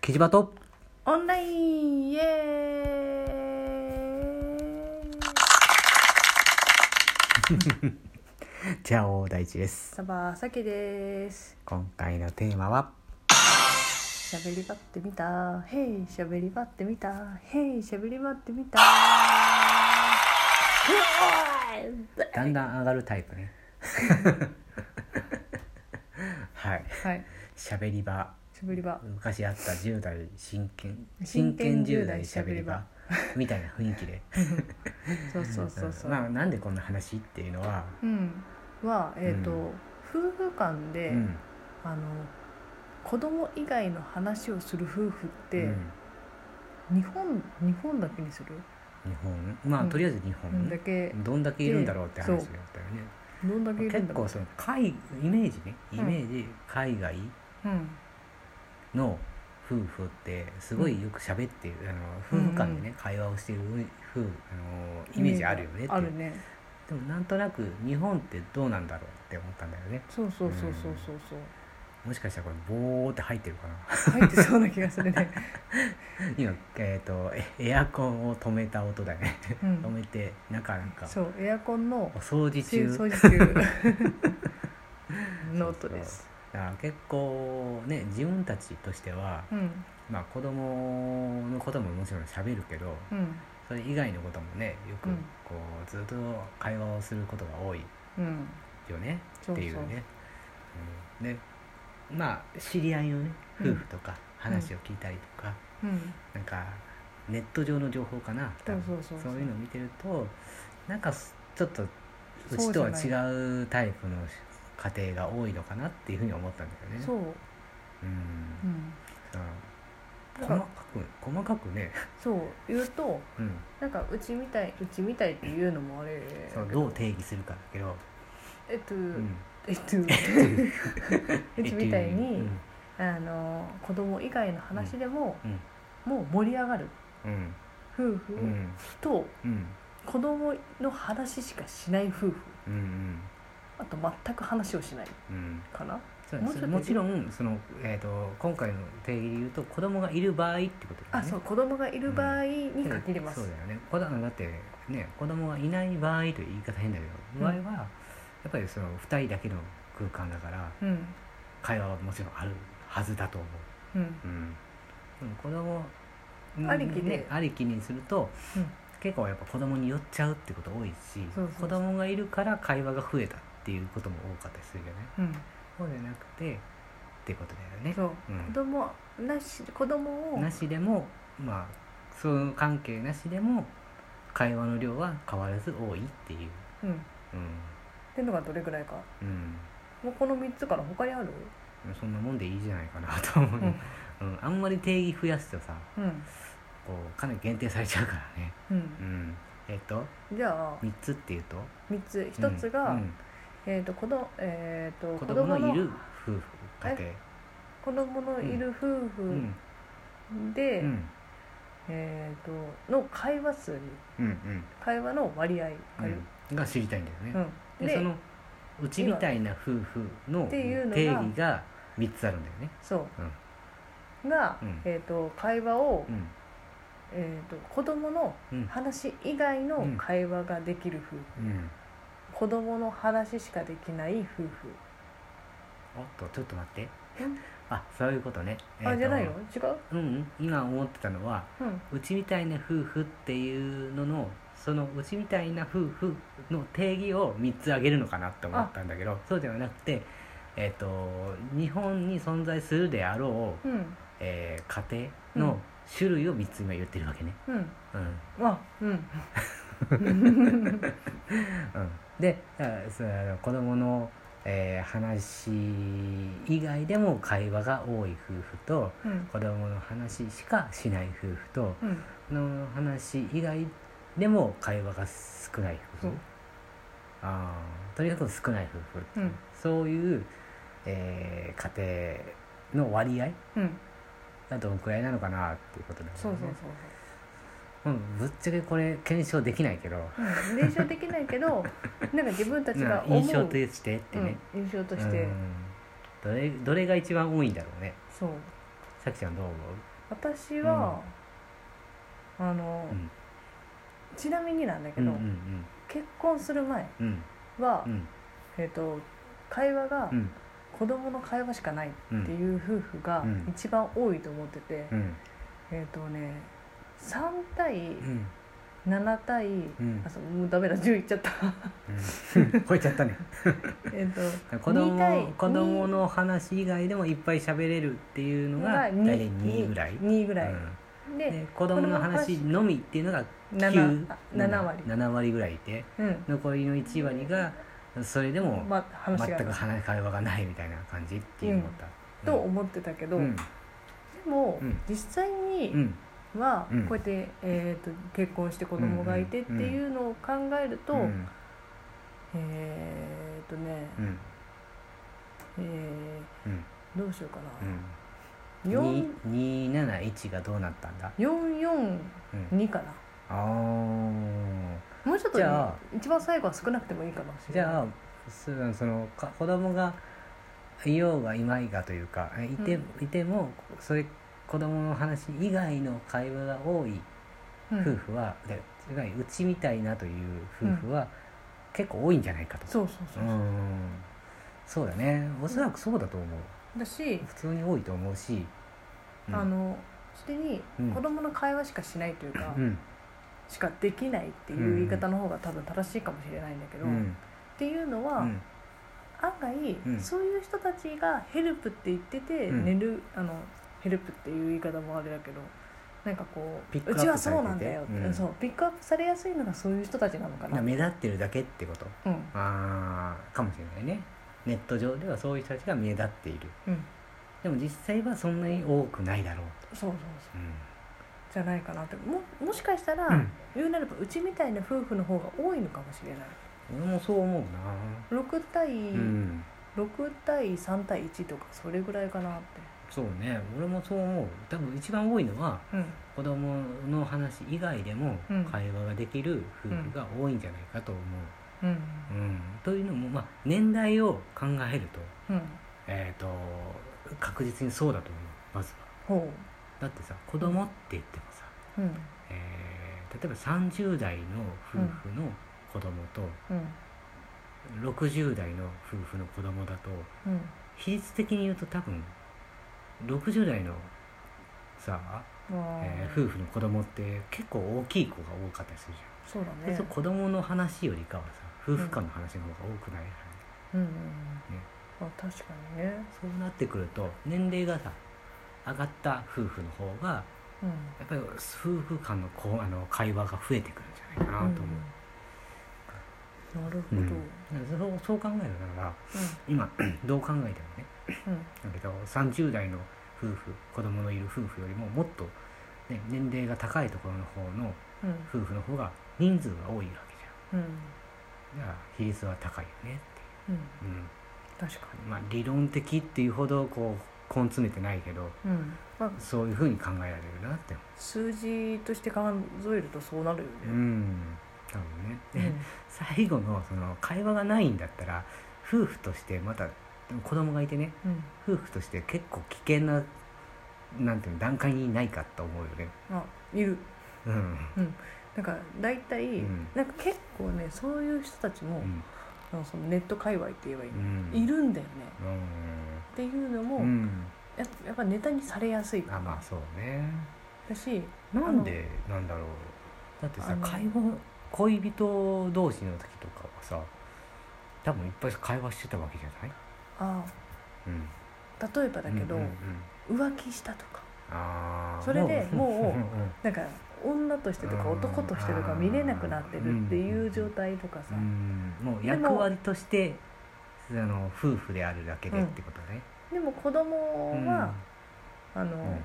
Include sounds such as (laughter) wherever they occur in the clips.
キジバトオンラインイエーイチャオ大地ですサバサケです今回のテーマは喋りばってみたヘイ喋りばってみたヘイ喋りばってみただんだん上がるタイプねはいはい喋り場喋りば昔あった10代真剣真真剣剣10 10代代喋喋りり場場みたいな雰囲気でそうそうそうそんまうあなんでこんな話っていうのはうんはえっ、と、うん夫婦間で、うんあの子供以外の話をする夫婦って、うん日本日本だけにする、日本まあうんとりあえず日どん本だけどんだけいるんだろうって話そうだったよねどんだけいる結んだろう構その海イメージねイメージ海外うんの夫婦ってすごいよく喋ってる、あの夫婦間でね、会話をしてる夫婦あのイメージあるよねってあるねでもなんとなく日本ってどうなんだろうって思ったんだよねそうそうそうそうそうそうもしかしたらこれボーって入ってるかな (laughs) 入ってそうな気がするね。今えっ、とエエアコンを止めた音だよねう止ん、めてなんかなんかそうエアコンのお掃除中掃除中 (laughs) の音です。だから結構ね自分たちとしては、うんまあ子供のことももちろん喋るけど、うんそれ以外のこともねよくうんこうずっと会話をすることが多いうんよね、そうっていうそうね、うん、でまあ知り合いのねうん夫婦とか話を聞いたりとか、うんなんかネット上の情報かな多分そうそうそうそういうのを見てるとなんかすちょっとうそちうじとゃはない違うタイプの家庭が多いのかなっていうふうに思ったんだよね。そううんうんさあだ細からかく細かくね、そう言うとうん、なんかうちみたいうちみたいっていうのもあれそのどう定義するかだけど、えっと、うん、えっ (laughs) と (laughs) うちみたいに、あの子供以外の話でも、うんもう盛り上がるうん夫婦うんとうん子供の話しかしない夫婦うんうんあと全く話をしないうんかな。そうもうちょっともちろんその、えー、と今回の定義で言うと子供がいる場合ってことだあよねそう子供がいる場合に限ります、そうだよね子供だってね子供がいない場合という言い方変だけうんど場合はやっぱりその2人だけの空間だからうん会話はもちろんあるはずだと思うんう、うん、でも子供ありきでね、ありきにすると、うん結構やっぱ子供に寄っちゃうってこと多いしそうそうそ子う供がいるから会話が増えたっていうことも多かったりするよねうんそうじゃなくてってことだよねそう、うん子供なし子供をなしでもまあその関係なしでも会話の量は変わらず多いっていううんっうていうのがどれぐらいかんうんもうこの3つから他にあるそんなもんでいいじゃないかなと思う、うんあんまり定義増やすとさうんこうかなり限定されちゃうからねうんうんえっとじゃあ3つっていうと3つ1つが、うんえー、と子ど、えー、うんと子子供供のいのる夫婦家庭子供のいる夫う婦んで、うんえー、との会話数うん会話の割合うがんうんが知りたいんだよね、うん、ででそのうちみたいな夫婦のっていうのが定義が3つあるんだよねそう、が、うんえー、と会話を、うんえー、と子供のうん話以外の会話ができる夫婦、うん子供の話しかできない夫婦おっとちょっと待ってうんあそういうことねえーあとじゃないの違ううんうん今思ってたのはうんうちみたいな夫婦っていうののそのうちみたいな夫婦の定義を3つ挙げるのかなって思ったんだけどそうではなくてえっ、と日本に存在するであろう、うんえー家う庭んの種類を3つ今言ってるわけねうんうん、うん、あうんでだからその子供のえー話以外でも会話が多い夫婦と、うん子供の話しかしない夫婦とうん子供の話以外でも会話が少ない夫そう婦あーとにかく少ない夫婦、うんそういう、えー家庭の割合うんがどのくらいなのかなっていうことだよねそうそううん、ぶっちゃけこれ検証できないけどそうそう、うん、練習できない (laughs) けどなんか自分たちがな思う印象としてってね、うん、印象としてうんどれどれが一番多いんだろうねそうさきちゃんどう思う私は、あの、うんちなみになんだけうんど、うん結婚する前うんうんは、うんえっ、と会話がうん子供の会話しかないっていう夫婦がうん一番多いと思ってて、うんえっ、とね3対うん7対、うんあそうもうダメだ10いっちゃった (laughs) うん超えちゃったねえっと子2対供2子供の話以外でもいっぱい喋れるっていうのが大二体2ぐらい2ぐらい、うんでで子供の話のみっていうのが7 9あ7割7割ぐらいいてうん残りの1割がそれでもまあ話が全あるく話会話がないみたいな感じって思った。と思ってたけど、うんでも、うん実際うにんは、うんこうやって、えー、と結婚して子供がいてっていうのを考えると、うんえっ、とね、うんえうんーどうしようかうな、ん四二七一がどうなったんだ。 442うん、かなあーもうちょっとじゃあ一番最後は少なくてもいいかもしれないじゃあそのそのか子供がいようがいまいがというかえいて、ういてもそれ子供の話以外の会話が多いうん夫婦は、でつまりうちみたいなという夫婦は、結構多いんじゃないかと。そうそうそううそうんそうだねおそらくそうだと思う、だし、普通に多いと思うし、うんあのそれにうん子供の会話しかしないというか、うんしかできないっていう言い方の方が多分正しいかもしれないんだけど、うっんていうのは、うん案外、うんそういう人たちがヘルプって言ってて、うん寝るあのヘルプっていう言い方もあれだけどなんかこうピックアッうプちはそうなんだよされててうんそうピックアップされやすいのがそういう人たちなのかな、目立ってるだけってことうんあーかもしれないねネット上ではそういう人たちが目立っているうん、でも実際はそんなに多くないだろうと、そうそうそううんじゃないかなってももしかしたら、うん言うなればうちみたいな夫婦の方が多いのかもしれない俺もそう思うな6対、うん6対3対1とかそれぐらいかなってそうね俺もそう思う多分一番多いのはうん子供の話以外でもうん会話ができる夫婦が多いんじゃないかと思う、うんうんというのも、まあ、年代を考えると,、うんえー、と確実にそうだと思うまずはほだってさ子供って言ってもさ、ううんえー例えば30代の夫婦の子供とうん60代の夫婦の子供だとうん比率的に言うと多分60代のさ、あーえー夫婦の子供って結構大きい子が多かったりするじそうゃん、だねそうすると子供の話よりかはさ夫婦間の話の方が多くない、うんうんうんあ確かにねそうなってくると年齢がさ上がった夫婦の方がうんやっぱり夫婦間のこうあの会話が増えてくるんじゃないかなと思う、うんなるほうどんそうそう考えるなら今 (clears throat) どう考えてもねうんうんだけど30代の夫婦子供のいる夫婦よりももっと、ね、年齢が高いところの方のうん夫婦の方が人数が多いわけじうんゃんだから比率は高いよねうんっていう、確かうんまあ、理論的っていうほどこう根詰めてないけどにうんまあそういうふうに考えられるなって思数字として数えるとそうなるよううねん多分ね、うん最後のその会話がないんだったら夫婦としてまた子供がいてねうん夫婦として結構危険ななんていうの段階にないかと思うよねあいるうんなんか大体、うんなんか結構ねそういう人たちも、うんあのそのネット界隈って言えばいいの、うんいるんだよねうんっていうのも、うんやっやっぱネタにされやすいあまあそうねだしなんでなんだろうだってあさの会話恋人同士の時とかはさ多分いっぱい会話してたわけじゃない、あうん、あ例えばだけど、うんうんうん浮気したとかあーそれでもうんんなんか女としてとかうん男としてとか見れなくなってるっていう状態とかさ、うんもう役割としてあの夫婦であるだけでってことね、でも子供うんは、あの、うん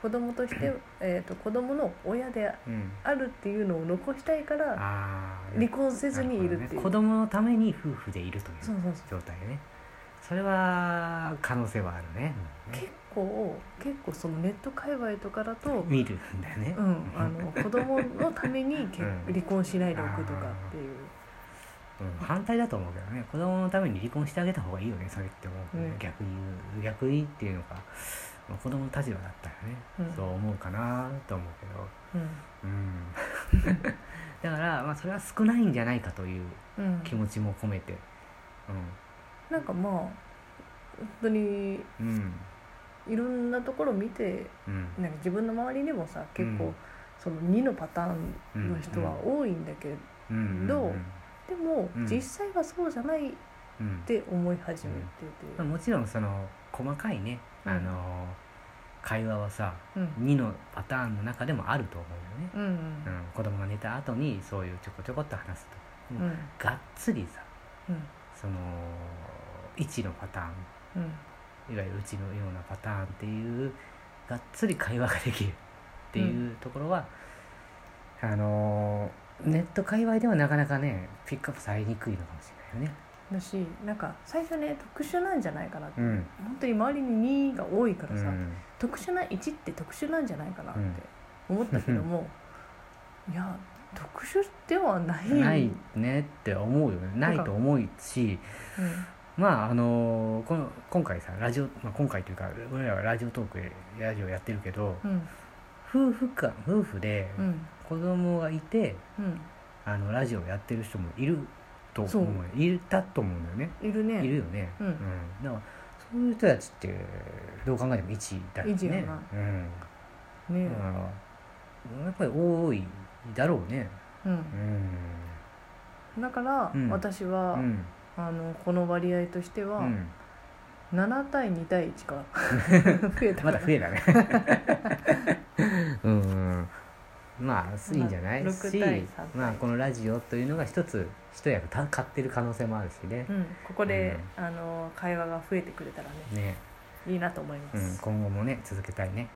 子供として、えー、と子供の親でうん、あるっていうのを残したいからあー離婚せずにいるっていう、なほどね子供のために夫婦でいるといそううそうそう状態ねそれは可能性はあるね結構結構そのネット界隈とかだと、うん、見るんだよね、あの子供のために結うん離婚しないでおくとかっていう、うん反対だと思うけどね子供のために離婚してあげた方がいいよねそれって思う、ねうん逆に言う逆にっていうのかまあ子供の立場だったらね、うんそう思うかなと思うけど、ううんん、 (laughs) だから、まあ、それは少ないんじゃないかといううん、気持ちも込めて、なんかまあ本当にうんうんいろんなところ見てうんなんか自分の周りにもさ結構、うんその2のパターンの人は多いんだけど、うんどううんでも、うん実際はそうじゃないっうんて思い始めてまあもちろんその細かいね、うんあの会話はさて、うん2のパターンの中でもあると思うよね、うんうんうん、子供が寝た後にそういうちょこちょこっと話すと、うんがっつりさうんその1のパターンうんいわゆるうちのようなパターンっていうがっつり会話ができるっていうところは、あのネット界隈ではなかなかねピックアップされにくいのかもしれないよね。だしなんか最初ね特殊なんじゃないかなって、うん本当に周りに2が多いかうらさ、ん特殊な1って特殊なんじゃないかなってうん思ったけ (laughs) ども、いや特殊ではないないねって思うよねないと思うしうんまああのこの今回さラジオ、まあ、今回というか俺らはラジオトークでラジオやってるけどうん夫婦間夫婦でうん子供がいて、うんあのラジオやってる人もいると思そううよいたと思うんだよね。いるねいるよね、うんだからそういう人たちってどう考えても1だよね一やなうん、ねだからやっぱり多いだろうねうんうんだから、うん私は、うんあのこの割合としてうは、ん7対2対1から (laughs) 増えたかまらだ増えたねうんうんまあいいんじゃないまあし、六対三対まあ、このラジオというのが一つ一役た買ってる可能性もあるしねう,、ん、ここで、あの会話が増えてくれたらねね、いいなと思いまうん、す、今後もね続けたいね